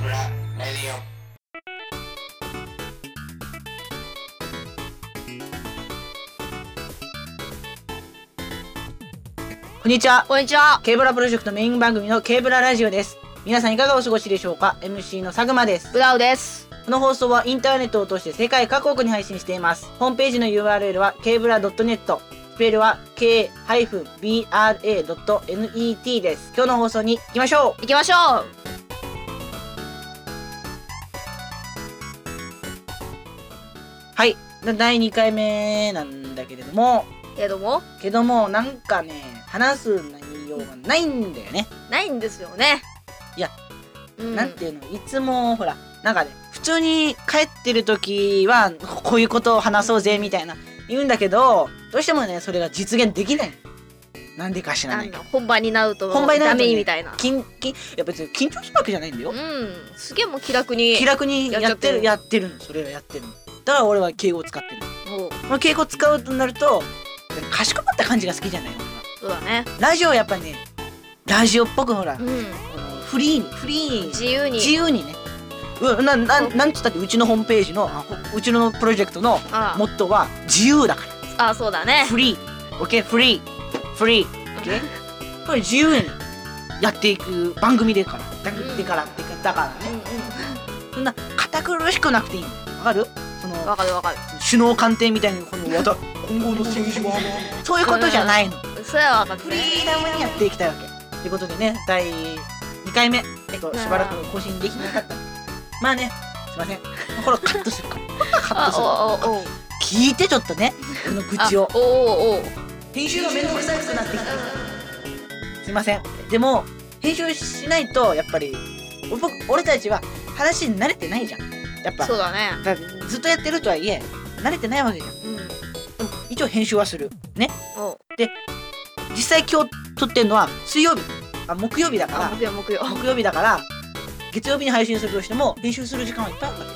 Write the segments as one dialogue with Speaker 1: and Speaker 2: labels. Speaker 1: ジオこんにちは
Speaker 2: こんにちは。
Speaker 1: ケーブラプロジェクトメイン番組のケーブララジオです皆さんいかがお過ごしでしょうか MC の佐久間です
Speaker 2: ブラウです。
Speaker 1: この放送はインターネットを通して世界各国に配信しています。ホームページの URL は kbra.net。スペルは k-bra.net です。今日の放送に行きましょう
Speaker 2: 行きましょ
Speaker 1: はい。第2回目なんだけれども、
Speaker 2: う。けども、
Speaker 1: けどもなんかね、話す内容がないんだよね。
Speaker 2: ないんですよね。
Speaker 1: いや、
Speaker 2: うん、
Speaker 1: なんていうのいつもほら、なんかね、普通に帰ってる時はここういうことを話そうぜみたいな言うんだけど、どうしてもね、それが実現できない。なんでか知ら
Speaker 2: な
Speaker 1: ない
Speaker 2: ん
Speaker 1: けど
Speaker 2: だ本番になると
Speaker 1: 本番にな
Speaker 2: ダ
Speaker 1: るとね
Speaker 2: メみたいな。
Speaker 1: 緊緊いや別に緊張してるわけじゃないんだよ、
Speaker 2: うん。すげえもう気楽に。
Speaker 1: 気楽にや
Speaker 2: や
Speaker 1: っ
Speaker 2: ってて
Speaker 1: る
Speaker 2: る
Speaker 1: やってるのそれはやってるのだから俺は敬語を使ってる
Speaker 2: もう
Speaker 1: この敬語を使うとなるとかしこまった感じが好きじゃない俺は
Speaker 2: そうだね。
Speaker 1: ラジオはやっぱりねラジオっぽくほら、
Speaker 2: う
Speaker 1: このフリーにフリー
Speaker 2: ん。
Speaker 1: に
Speaker 2: 自由に。
Speaker 1: 自由にねうなななんつったってうちのホームページのあこうちのプロジェクトの
Speaker 2: あ
Speaker 1: モットーは自由だか
Speaker 2: あ、あそうだ
Speaker 1: ら
Speaker 2: ね。
Speaker 1: フリー OK フリーフリー OK これ自由にやっていく番組でからだからでからってかだからね
Speaker 2: うん
Speaker 1: そんな堅苦しくなくていいんだよわかるその
Speaker 2: うん。わかるわかる。
Speaker 1: 首脳鑑定みたいなこのわた今後の政治はそういうことじゃないの
Speaker 2: それはわかる、ね。
Speaker 1: フリーダムにやっていきたいわけということでね第2回目えっとしばらく更新できなかったまあねすいませんこれカットするからカットするから
Speaker 2: あ、おおおお。
Speaker 1: 聞いてちょっとねこの愚痴を
Speaker 2: あおおおお。
Speaker 1: 編集がめんどくさくなってきたすいませんでも編集しないとやっぱり僕俺たちは話に慣れてないじゃんやっぱ
Speaker 2: そうだね。
Speaker 1: だからずっとやってるとはいえ慣れてないわけじゃん
Speaker 2: うん。
Speaker 1: でも一応編集はするね
Speaker 2: お。
Speaker 1: 実際今日撮ってるのは水曜日あ木曜日だ
Speaker 2: あ
Speaker 1: か
Speaker 2: 木曜木曜
Speaker 1: ら。木曜日だから月曜日に配信するとしても編集する時間はいっぱいあるわ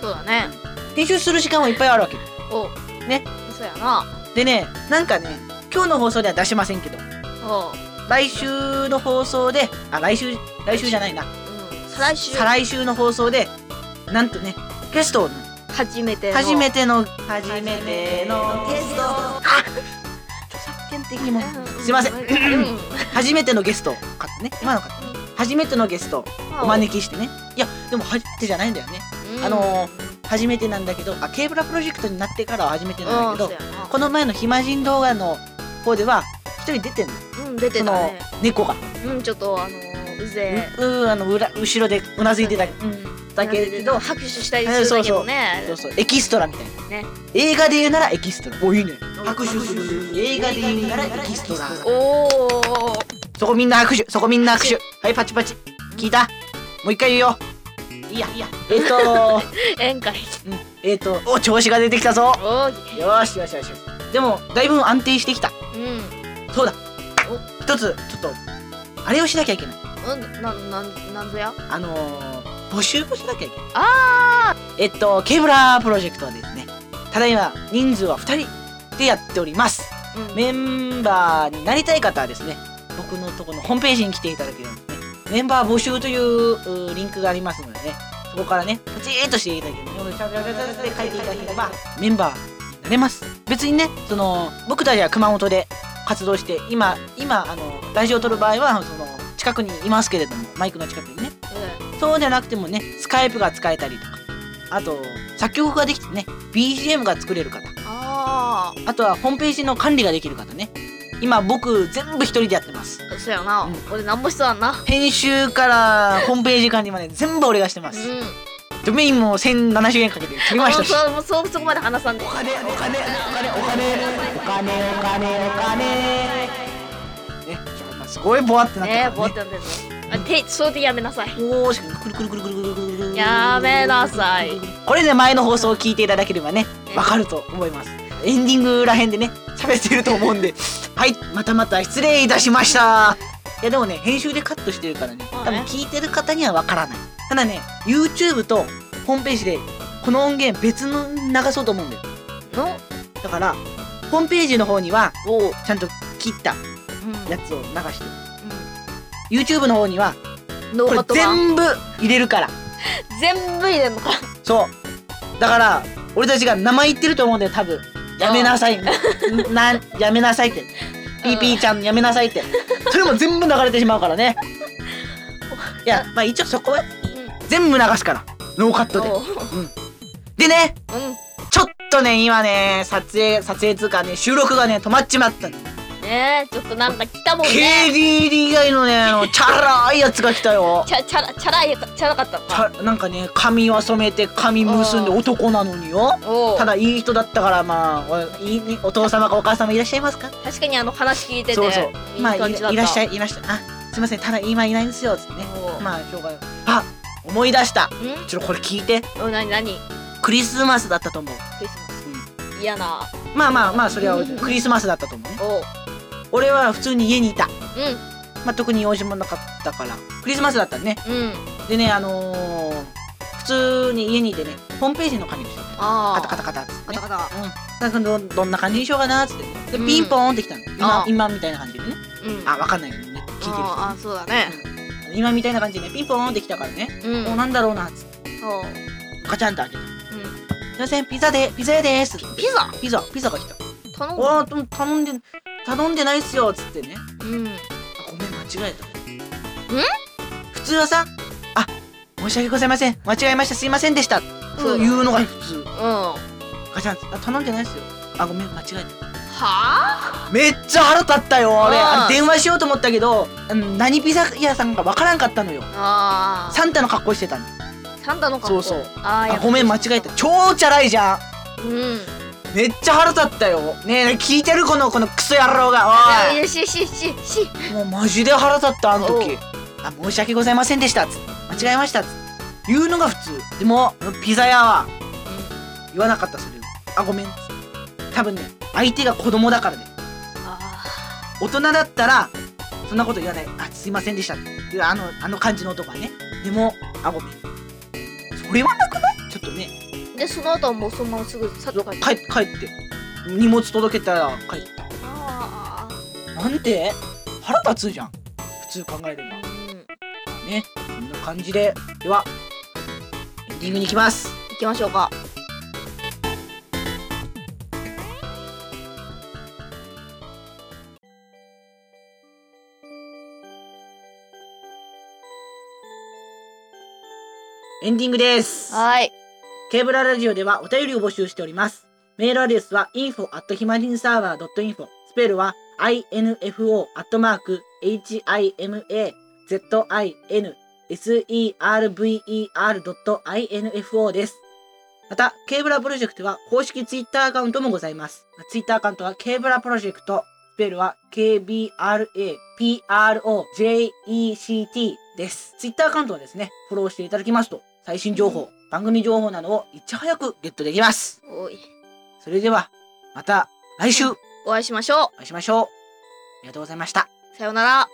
Speaker 2: そうだね。
Speaker 1: け編集する時間はいっぱいあるわけ
Speaker 2: お。
Speaker 1: ね。
Speaker 2: そうやな。
Speaker 1: でねなんかね今日の放送では出しませんけど
Speaker 2: おう。
Speaker 1: 来週の放送であ来週来週じゃないな
Speaker 2: うん。再来週
Speaker 1: 再来週の放送でなんとねゲストをね
Speaker 2: 初めての。
Speaker 1: 初めての初めてのゲストあ著作権的にもすいません
Speaker 2: うん。
Speaker 1: 初めてのゲストを買ってね今の買ってね初めてのゲストをお招きしてねいやでも初めてじゃないんだよね
Speaker 2: うん
Speaker 1: あの初めてなんだけどあケーブラプロジェクトになってからは初めてなんだ
Speaker 2: うん
Speaker 1: けど
Speaker 2: そうやな
Speaker 1: この前の暇人動画の方では一人出てんの
Speaker 2: うん出て
Speaker 1: そ
Speaker 2: た
Speaker 1: の
Speaker 2: ね
Speaker 1: 猫が、
Speaker 2: うんちょっとあのうぜ
Speaker 1: ううあの裏後ろでうなずいてた、
Speaker 2: え
Speaker 1: だけれど
Speaker 2: 拍手したりするだけどね
Speaker 1: そうそうエキストラみたいな
Speaker 2: ね
Speaker 1: 映画で言うならエキストラおいいね
Speaker 2: うん
Speaker 1: 拍手する映画で言うならエキストラ
Speaker 2: おお
Speaker 1: そこみんな拍手そこみんな拍手はいパチパチ聞いたもう一回言うよいいやいいやえっ、とう
Speaker 2: 宴会
Speaker 1: んえっ、とお調子が出てきたぞ
Speaker 2: おおう
Speaker 1: よーしよしよしよしでもだいぶ安定してきた
Speaker 2: ん
Speaker 1: そうだ
Speaker 2: お
Speaker 1: 一つちょっとあれをしなきゃいけない
Speaker 2: うんなんなんなんぞや
Speaker 1: あのー、募集をしなきゃいけない
Speaker 2: あ
Speaker 1: えっとケーブラープロジェクトはですねただいま人数は2人でやっております
Speaker 2: ーうん
Speaker 1: メンバーになりたい方はですね僕のとこのホームページに来ていただくようにねメンバー募集といううーリンクがありますのでねそこからねポチーっとしていただけるようにちゃんと書いていただければメンバーになれます別にねその僕たちは熊本で活動して今今あのラジオを撮る場合はその近くにいますけれどもマイクの近くにねそうじゃなくてもねスカイプが使えたりとかあと作曲ができてね BGM が作れる方
Speaker 2: うんあ
Speaker 1: あとはホームページの管理ができる方ね。今僕全部一人でやってます。
Speaker 2: あそうやな
Speaker 1: うん
Speaker 2: 俺なんもしそうやんな
Speaker 1: 編集からホームページ管理まで全部俺がしてま
Speaker 2: う
Speaker 1: す。
Speaker 2: ん
Speaker 1: ドメインも1070円かけて取りましたし。
Speaker 2: あもうそうもうそこまで話さんで
Speaker 1: お金お金お金お金お金お金お金ね、まあすごいボワってなって
Speaker 2: ね
Speaker 1: る
Speaker 2: ぼ
Speaker 1: か
Speaker 2: ー
Speaker 1: ら
Speaker 2: っ
Speaker 1: ね。
Speaker 2: てなんだよあ手それでやめなさい
Speaker 1: おーしくるくるくるくるくるくるくるくる
Speaker 2: やめなさい
Speaker 1: これね前の放送を聞いていただければねわかると思いますエンディングらへんでね喋ってると思うんで はいまたまた失礼いたしましたいやでもね編集でカットしてるからね
Speaker 2: ま
Speaker 1: 多
Speaker 2: あ
Speaker 1: 分
Speaker 2: ね
Speaker 1: 聞いてる方にはわからないただね YouTube とホームページでこの音源別の流そうと思うんだよ
Speaker 2: の
Speaker 1: だからホームページの方には
Speaker 2: お
Speaker 1: ちゃんと切った
Speaker 2: うん
Speaker 1: やつを流してる
Speaker 2: う
Speaker 1: YouTube の方には
Speaker 2: んノ
Speaker 1: こ
Speaker 2: ーカ
Speaker 1: れ
Speaker 2: ット版
Speaker 1: 全部入れるから
Speaker 2: 全部入れんのか。
Speaker 1: そうだから俺たちが名前言ってると思うんだよ多分やめなさいん なんやめなさいってピーピーちゃんやめなさいってそれも全部流れてしまうから ねいやまあ一応そこは全部流すからノーカットで
Speaker 2: おう
Speaker 1: でね
Speaker 2: うん。
Speaker 1: ちょっとね今ね撮影撮影つうかね収録がね止まっちまったの
Speaker 2: ねえ、ちょっとなんか来たもんね。
Speaker 1: KDD 以外のね あのチャラいやつが来たよ
Speaker 2: チャチャラチャラいチャラかったの
Speaker 1: チ
Speaker 2: か。
Speaker 1: ャなんかね髪は染めて髪結んで
Speaker 2: うん
Speaker 1: 男なのによ
Speaker 2: おう
Speaker 1: ただいい人だったからまあおいいお父様かお母様いらっしゃいますか
Speaker 2: 確かにあの話聞いてて、
Speaker 1: そうそう
Speaker 2: いい
Speaker 1: まあい
Speaker 2: 感じだった。
Speaker 1: いらっしゃいいましたあすいませんただ今いないんですよつってね
Speaker 2: おう
Speaker 1: まあ今日があ思い出した
Speaker 2: ん
Speaker 1: ちょっとこれ聞いて
Speaker 2: おなになに
Speaker 1: クリスマスだったと思う
Speaker 2: クリスマス嫌な
Speaker 1: まあまあまあそれはクリスマスだったと思うね
Speaker 2: おう
Speaker 1: 俺は普通に家にいた
Speaker 2: う
Speaker 1: まあ、特に用事もなかったからクリスマスだったね
Speaker 2: んうん
Speaker 1: でねあのー、普通に家にいてねホームページの紙をしてた
Speaker 2: あ
Speaker 1: カ
Speaker 2: あ
Speaker 1: タカタカタっつって、ね、
Speaker 2: カタカ
Speaker 1: うんなんかどどんな感じにしようかなっつって
Speaker 2: う
Speaker 1: で
Speaker 2: ん
Speaker 1: ピンポーンってきたの、今
Speaker 2: あー
Speaker 1: 今みたいな感じでね
Speaker 2: うん
Speaker 1: あわかんないけどね聞いてる人
Speaker 2: あーあーそうだね
Speaker 1: うん今みたいな感じでねピンポーンってきたからね、
Speaker 2: うん
Speaker 1: もうなんだろうなっつって
Speaker 2: おう
Speaker 1: ガチャンと開けた
Speaker 2: う
Speaker 1: 「
Speaker 2: ん
Speaker 1: すいませんピザでピザ屋です」
Speaker 2: ピザ
Speaker 1: ピザピザが来た「
Speaker 2: 頼む
Speaker 1: おお頼んで頼んでないっすよ」っつってね
Speaker 2: うん
Speaker 1: あごめん間違えた普通はさ「あ申し訳ございません間違えましたすいませんでした」そう言うのが普通
Speaker 2: うんは
Speaker 1: ガチャンってあ頼んでないですよあごめん間違えた
Speaker 2: あ
Speaker 1: めっちゃ腹立ったよ俺
Speaker 2: うん
Speaker 1: あ電話しようと思ったけどうん何ピザ屋さんかわからんかったのよ
Speaker 2: あ
Speaker 1: サンタの格好してたの
Speaker 2: あサンタの格好
Speaker 1: そうそう
Speaker 2: あー
Speaker 1: あごめん間違えた超チャラいじゃん
Speaker 2: うんい
Speaker 1: めっちゃ腹立ったよねえねえ聞いてるこのこのクソ野郎が
Speaker 2: やい
Speaker 1: お
Speaker 2: やしししし
Speaker 1: いもうマジで腹立ったあの
Speaker 2: お
Speaker 1: 時
Speaker 2: う
Speaker 1: あ申し訳ございませんでしたつって間違えましたつって言うのが普通でもピザ屋は言わなかったそれをあごめんっつって多分ね相手が子供だからね
Speaker 2: あ
Speaker 1: 大人だったらそんなこと言わないあすいませんでしたっていうあのあの感じの男はねでもあごめんそれはなくないちょっとね
Speaker 2: ーでその後はもうそのまますぐさっと帰って
Speaker 1: 帰帰って荷物届けたら帰っ
Speaker 2: ああ
Speaker 1: たなんて腹立つじゃん普通考えれば
Speaker 2: うん
Speaker 1: ねこんな感じでではエンディングに行きます
Speaker 2: 行きましょうか
Speaker 1: エンディングです
Speaker 2: はーい
Speaker 1: ケーブララジオではお便りを募集しております。メールアドレスは info.himarinserver.info スペルは info.himazinserver.info です。また、ケーブラプロジェクトは公式ツイッターアカウントもございます。ツイッターアカウントはケーブラプロジェクト、スペルは KBRAPROJECT です。ツイッターアカウントはですね、フォローしていただきますと、最新情報、番組情報などをいち早くゲットできます。
Speaker 2: おい
Speaker 1: それでは、また来週お
Speaker 2: お会いしましょ
Speaker 1: 会いしましょう。ありがとうございました。
Speaker 2: うさようなら